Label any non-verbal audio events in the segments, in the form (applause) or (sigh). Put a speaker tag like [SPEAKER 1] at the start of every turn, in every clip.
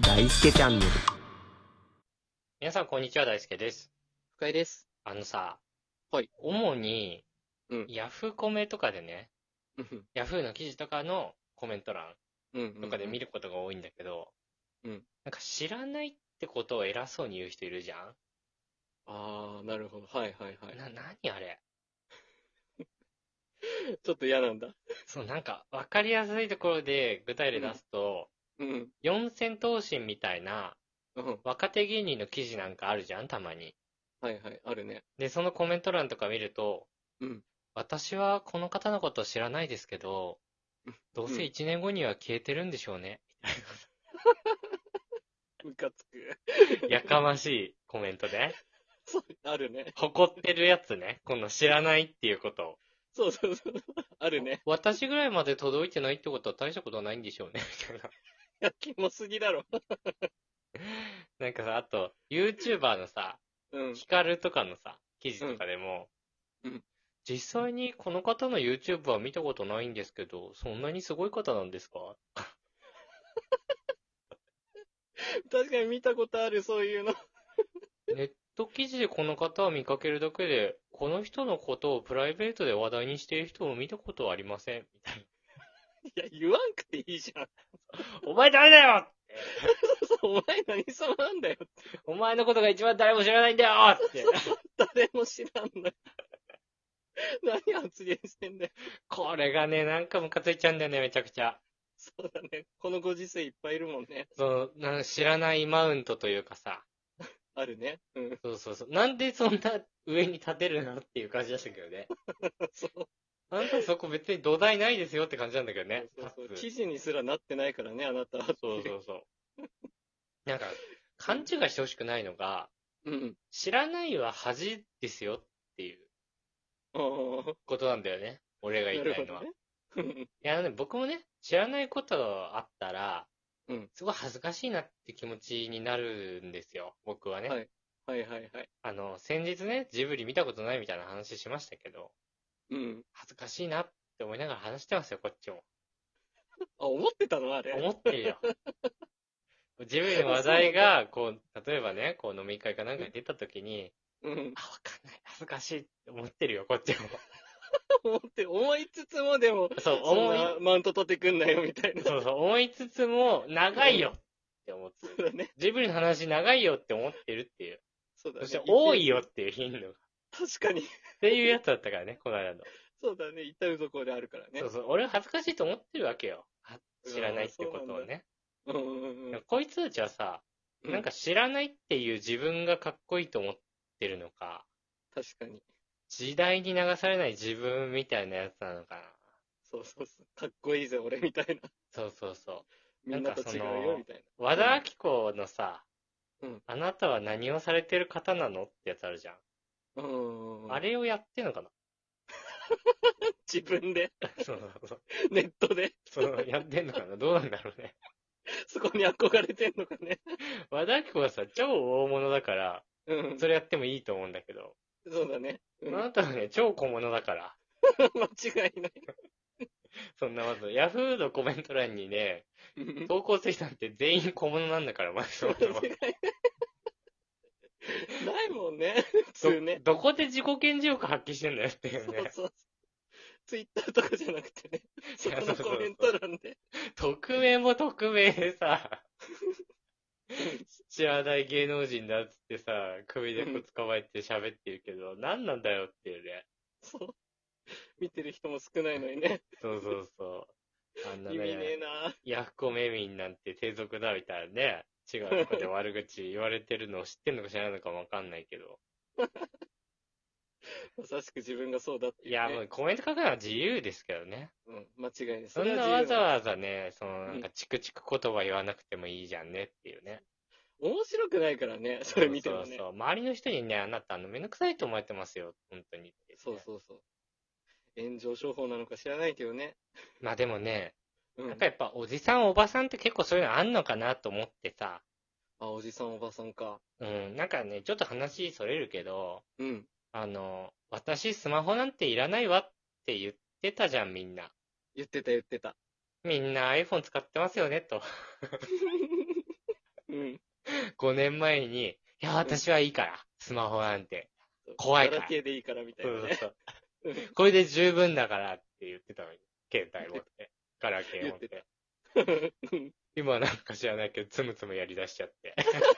[SPEAKER 1] 大輔チャンネル。
[SPEAKER 2] 皆さん、こんにちは、大輔です。
[SPEAKER 3] 深井です。
[SPEAKER 2] あのさ、
[SPEAKER 3] はい
[SPEAKER 2] 主に、
[SPEAKER 3] うん
[SPEAKER 2] ヤフコメとかでね、ヤフーの記事とかのコメント欄
[SPEAKER 3] うん
[SPEAKER 2] とかで見ることが多いんだけど、
[SPEAKER 3] うん
[SPEAKER 2] なんか知らないってことを偉そうに言う人いるじゃん、
[SPEAKER 3] ああ、なるほど。はいはいは。
[SPEAKER 2] ない何あれ
[SPEAKER 3] ちょっと嫌なんだ。
[SPEAKER 2] そう、なんか、わかりやすいところで具体例出すと、
[SPEAKER 3] うん。
[SPEAKER 2] 四千頭身みたいな
[SPEAKER 3] うん。
[SPEAKER 2] 若手芸人の記事なんかあるじゃん、たまに。
[SPEAKER 3] はいはい。あるね。
[SPEAKER 2] で、そのコメント欄とか見ると、
[SPEAKER 3] うん
[SPEAKER 2] 私はこの方のこと知らないですけど、どうせ1年後には消えてるんでしょうね。 (laughs)
[SPEAKER 3] ムカつく。
[SPEAKER 2] やかましいコメントね。
[SPEAKER 3] そう、 (laughs) あるね。
[SPEAKER 2] 誇ってるやつね。この知らないっていうことを。
[SPEAKER 3] そうそうそう。あるね。
[SPEAKER 2] 私ぐらいまで届いてないってことは大したことはないんでしょうね、 (laughs) みたい
[SPEAKER 3] (laughs) いや、キモすぎだろ。
[SPEAKER 2] な。なんかさ、あと、YouTuber のさ、
[SPEAKER 3] うん。
[SPEAKER 2] ヒカルとかのさ、記事とかでも、
[SPEAKER 3] うんうん
[SPEAKER 2] 実際にこの方の YouTube は見たことないんですけど、そんなにすごい方なんですか
[SPEAKER 3] 確かに見たことある、そういうの。
[SPEAKER 2] ネット記事でこの方を見かけるだけで、この人のことをプライベートで話題にしている人を見たことはありません。みたい
[SPEAKER 3] いや、言わんくていいじゃん。
[SPEAKER 2] な。お前誰だよ
[SPEAKER 3] そうそう、お前何様なんだよ。
[SPEAKER 2] お前のことが一番誰も知らないんだよって。
[SPEAKER 3] 誰も知らんのよ。何発言してんだよ。
[SPEAKER 2] これがね、なんかムカついちゃうんだよね、めちゃくちゃ。
[SPEAKER 3] そうだね。このご時世いっぱいいるもんね。
[SPEAKER 2] その、なんか知らないマウントというかさ。
[SPEAKER 3] あるね。うん。
[SPEAKER 2] そうそうそう。なんでそんな上に立てるのっていう感じでしたけどね。
[SPEAKER 3] そう。
[SPEAKER 2] あんたそこ別に土台ないですよって感じなんだけどね。
[SPEAKER 3] そうそう
[SPEAKER 2] 立つ
[SPEAKER 3] 記事にすらなってないからね、あなたは。
[SPEAKER 2] そうそうそう。なんか、勘違いしてほしくないのが、
[SPEAKER 3] うん。
[SPEAKER 2] 知らないは恥ですよっていう
[SPEAKER 3] ああ。
[SPEAKER 2] ことなんだよね。俺が言いたいのは。い
[SPEAKER 3] なるほどね。
[SPEAKER 2] や、ね、僕もね、知らないことがあったら、
[SPEAKER 3] うん
[SPEAKER 2] すごい恥ずかしいなって気持ちになるんですよ。僕はね。
[SPEAKER 3] はいはいはいはい。
[SPEAKER 2] あの、先日ね、ジブリ見たことないみたいな話しましたけど、
[SPEAKER 3] うん。
[SPEAKER 2] 恥ずかしいなって思いながら話してますよ、こっちも。
[SPEAKER 3] あ、思ってたのあれ。
[SPEAKER 2] 思ってる
[SPEAKER 3] (laughs)
[SPEAKER 2] よ。ジブリの話題が、こう、例えばね、こう飲み会かなんかに出た時に、
[SPEAKER 3] うん。 (laughs)
[SPEAKER 2] あ、わかんない、恥ずかしいって思ってるよ、こっちも。
[SPEAKER 3] 思って、思いつつもでも、
[SPEAKER 2] そう、
[SPEAKER 3] そん
[SPEAKER 2] 思い
[SPEAKER 3] なマウント取ってくんなよみたいな。
[SPEAKER 2] そうそう、思いつつも、長いよって思って
[SPEAKER 3] そう
[SPEAKER 2] る。
[SPEAKER 3] だね。
[SPEAKER 2] ジブリの話長いよって思ってるっていう。
[SPEAKER 3] そうだ
[SPEAKER 2] そし
[SPEAKER 3] ね。
[SPEAKER 2] て、多いよっていう頻度が。っ
[SPEAKER 3] 確かに。
[SPEAKER 2] ていうやつだったから
[SPEAKER 3] (laughs)
[SPEAKER 2] ね、この間の。
[SPEAKER 3] そうだね。至るところであるからね
[SPEAKER 2] そう。そう、俺は恥ずかしいと思ってるわけよ。は知らないってことをね。
[SPEAKER 3] うんうん
[SPEAKER 2] でもこいつたちはさ、
[SPEAKER 3] うん。
[SPEAKER 2] なんか、知らないっていう自分がかっこいいと思ってるのか、
[SPEAKER 3] 確かに。
[SPEAKER 2] 時代に流されない自分みたいなやつなのかな。
[SPEAKER 3] そうそうそう。かっこいいぜ、俺みたいな。
[SPEAKER 2] そうそうそ
[SPEAKER 3] みんなと違うよ、みたいな。
[SPEAKER 2] う。和田アキ子のさ、
[SPEAKER 3] うん
[SPEAKER 2] あなたは何をされてる方なのってやつあるじゃん。
[SPEAKER 3] うんうん。
[SPEAKER 2] あれをやってんのか
[SPEAKER 3] (laughs)
[SPEAKER 2] な
[SPEAKER 3] 自分で、
[SPEAKER 2] そうそうそう。
[SPEAKER 3] ネットで、
[SPEAKER 2] そう、やってんのかなどうなんだろうね。
[SPEAKER 3] そこに憧れてんのかね。
[SPEAKER 2] 和田アキ子はさ、超大物だから、
[SPEAKER 3] うん。
[SPEAKER 2] それやってもいいと思うんだけど、
[SPEAKER 3] そうだね。う
[SPEAKER 2] あ
[SPEAKER 3] ん。
[SPEAKER 2] なたはね、超小物だから、
[SPEAKER 3] (laughs) 間違いない。
[SPEAKER 2] そんなまず、ヤフーのコメント欄にね、
[SPEAKER 3] うん
[SPEAKER 2] 投稿する人なんて全員小物なんだから、まずそもそも
[SPEAKER 3] ないもんね、普通ね。
[SPEAKER 2] どどこで自己顕示欲発揮してんだよってい
[SPEAKER 3] そう
[SPEAKER 2] うね、
[SPEAKER 3] そうそう。ツイッターとかじゃなくてね、そこのコメント欄で。
[SPEAKER 2] 匿名も匿名でさ、知らない芸能人だっつってさ、首でこう捕まえて喋ってるけど、何なんだよっていうね。
[SPEAKER 3] そう。見てる人も少ないのにね。
[SPEAKER 2] そうそうそう。あんな
[SPEAKER 3] (laughs) 意味ねえ
[SPEAKER 2] ね、
[SPEAKER 3] な
[SPEAKER 2] ヤフコメ民なんて低俗だみたいなね、違うとこで悪口言われてるのを知ってんのか知らないのかもわかんないけど。
[SPEAKER 3] まさしく自分がそうだっていう、ね。
[SPEAKER 2] いや、もうコメント書くのは自由ですけどね。
[SPEAKER 3] うん、間違いない。
[SPEAKER 2] そ
[SPEAKER 3] れ
[SPEAKER 2] ん
[SPEAKER 3] は
[SPEAKER 2] な
[SPEAKER 3] 自由
[SPEAKER 2] わざわざね、そのなんか
[SPEAKER 3] う
[SPEAKER 2] チクチク言葉言わなくてもいいじゃんねっていうね。
[SPEAKER 3] 面白くないからね、 (laughs) それ見ても
[SPEAKER 2] そう
[SPEAKER 3] ね
[SPEAKER 2] そ。う。周りの人にね、あなたあのめんどくさいと思ってますよ、本当にってね、
[SPEAKER 3] そうそうそう。炎上商法なのか知らないけどね。
[SPEAKER 2] まあでもね、
[SPEAKER 3] うん
[SPEAKER 2] なんか。やっぱおじさんおばさんって結構そういうのあんのかなと思ってさ、
[SPEAKER 3] あ、おじさんおばさんか。
[SPEAKER 2] うん、なんかね、ちょっと話それるけど、
[SPEAKER 3] うん。
[SPEAKER 2] あの、私スマホなんていらないわって言ってたじゃん、みんな。(laughs)
[SPEAKER 3] 言ってた言ってた。
[SPEAKER 2] みんな iPhone 使ってますよね、と。
[SPEAKER 3] うん。
[SPEAKER 2] 5年前に、いや、私はいいから、スマホなんて。怖いから
[SPEAKER 3] ガラケーでいいからみたい
[SPEAKER 2] そう
[SPEAKER 3] な
[SPEAKER 2] そう
[SPEAKER 3] ね。
[SPEAKER 2] そう
[SPEAKER 3] うん。
[SPEAKER 2] (laughs) これで十分だからって言ってたのに、携帯持 (laughs) って、ガラケー持って。
[SPEAKER 3] 言うん
[SPEAKER 2] 今なんか知らないけど、つむつむやり出しちゃって。
[SPEAKER 3] (laughs)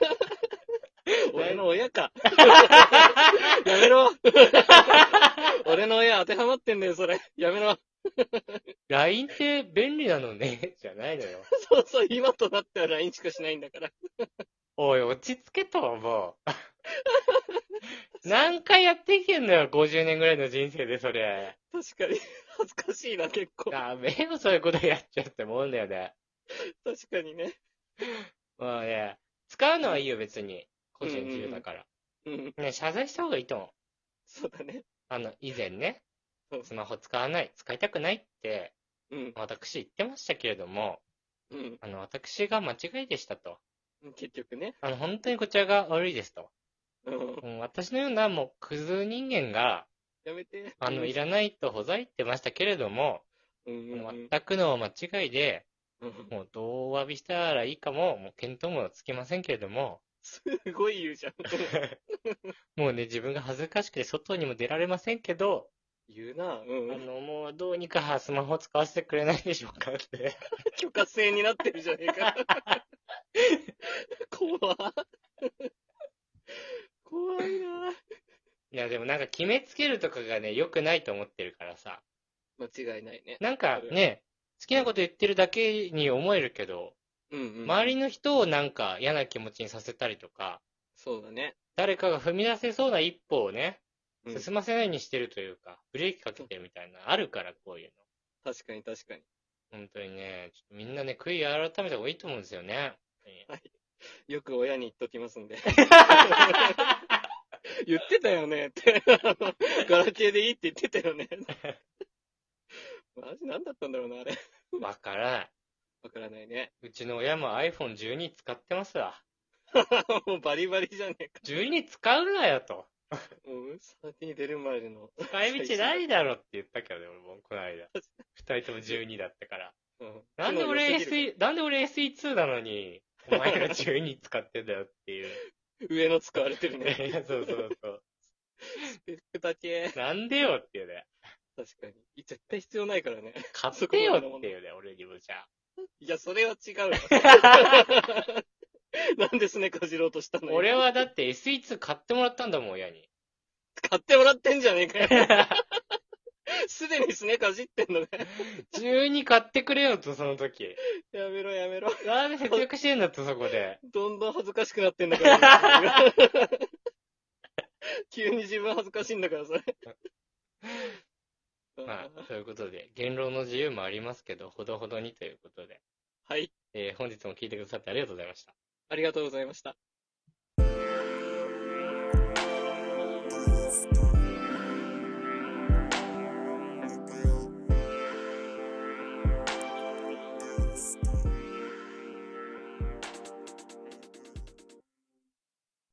[SPEAKER 3] 俺の親か。 (laughs) やめろ (laughs) 俺の親当てはまってんだよ、それ。やめろ。 (laughs)
[SPEAKER 2] LINE って便利なのね、 (laughs) じゃないのよ。
[SPEAKER 3] そうそう、今となっては LINE しかしないんだから。
[SPEAKER 2] おい、落ち着けと、 (laughs) もう。何回やってきてんのよ、50年ぐらいの人生で、それ。
[SPEAKER 3] 確かに。恥ずかしいな、結構。
[SPEAKER 2] ダメよ、そういうことやっちゃってもんだよね。
[SPEAKER 3] 確かにね。
[SPEAKER 2] もうね、使うのはいいよ、別に。個人自由だから。
[SPEAKER 3] うん。
[SPEAKER 2] ね、謝罪した方がいいと思う。
[SPEAKER 3] そうだね。
[SPEAKER 2] あの、以前ね
[SPEAKER 3] う、ん
[SPEAKER 2] スマホ使わない、使いたくないって、
[SPEAKER 3] うん。
[SPEAKER 2] 私言ってましたけれども、
[SPEAKER 3] うん。
[SPEAKER 2] あの、私が間違いでしたと。
[SPEAKER 3] 結局ね。
[SPEAKER 2] あの、本当にこちらが悪いですと。
[SPEAKER 3] うん。
[SPEAKER 2] うん、私のようなもう、クズ人間が、
[SPEAKER 3] やめて。
[SPEAKER 2] あの、いらないとほざいてましたけれども、
[SPEAKER 3] うんうんうん。
[SPEAKER 2] 全くの間違いで、
[SPEAKER 3] うん
[SPEAKER 2] もうどうお詫びしたらいいかも、もう見当もつきませんけれども、
[SPEAKER 3] すごい言うじゃん。
[SPEAKER 2] もうね、自分が恥ずかしくて外にも出られませんけど、
[SPEAKER 3] (laughs) 言うな。う
[SPEAKER 2] あ
[SPEAKER 3] ん。
[SPEAKER 2] の、もうどうにかスマホ使わせてくれないでしょうかって。 (laughs)
[SPEAKER 3] 許可制になってるじゃねえか。怖怖いない
[SPEAKER 2] や、でもなんか決めつけるとかがね、良くないと思ってるからさ。
[SPEAKER 3] 間違いないね。
[SPEAKER 2] なんかね、好きなこと言ってるだけに思えるけど、
[SPEAKER 3] うんうん。
[SPEAKER 2] 周りの人をなんか嫌な気持ちにさせたりとか、
[SPEAKER 3] そうだね。
[SPEAKER 2] 誰かが踏み出せそうな一歩をね、
[SPEAKER 3] うん
[SPEAKER 2] 進ませないようにしてるというか、ブレーキかけてるみたいな、あるから、こういう
[SPEAKER 3] 確かに確かに。
[SPEAKER 2] の。本当にね、ちょっとみんなね、悔い改めた方がいいと思うんですよね。
[SPEAKER 3] よく親に言っときます
[SPEAKER 2] (laughs)
[SPEAKER 3] んで。言ってたよねって。あのガラケーでいいって言ってたよね。マジ何だったんだろうな、あれ。
[SPEAKER 2] わからない。
[SPEAKER 3] わからないね。
[SPEAKER 2] うちの親も iPhone12 使ってますわ。
[SPEAKER 3] もうバリバリじゃねえか。
[SPEAKER 2] 12使うなよと。
[SPEAKER 3] うん、13出る前の。
[SPEAKER 2] 使い道ないだろって言ったけどね、俺もこの間。二人とも12だったから。
[SPEAKER 3] うん
[SPEAKER 2] なんで俺
[SPEAKER 3] 機能良すぎる
[SPEAKER 2] SE、なんで俺 SE2 なのに、お前ら12使ってんだよっていう。 (laughs)
[SPEAKER 3] 上の使われてるね。
[SPEAKER 2] いやそうそうそう。
[SPEAKER 3] スペックだけ。
[SPEAKER 2] なんでよっていうね。
[SPEAKER 3] 確かに。絶対必要ないからね。
[SPEAKER 2] 買ってよっていうね、俺にもじゃ
[SPEAKER 3] (laughs) いや、それは違うよ。 (laughs) なんでスネかじろうとした
[SPEAKER 2] あ。
[SPEAKER 3] の
[SPEAKER 2] 俺はだって SE2 買ってもらったんだもん、親に。
[SPEAKER 3] 買ってもらってんじゃねえか (laughs) よ。すでにすねかじってんのね。
[SPEAKER 2] 12買ってくれよと、その時。
[SPEAKER 3] やめろやめろ。
[SPEAKER 2] なんで節約してんだと、そこで。
[SPEAKER 3] どんどん恥ずかしくなってんだ (laughs) から。急に自分恥ずかしいんだから、そ (laughs) れ。
[SPEAKER 2] まあ、ということで、言論の自由もありますけど、ほどほどにということで。
[SPEAKER 3] はい。
[SPEAKER 2] えー本日も聞いてくださってありがとうございました。
[SPEAKER 3] ありがとうございました。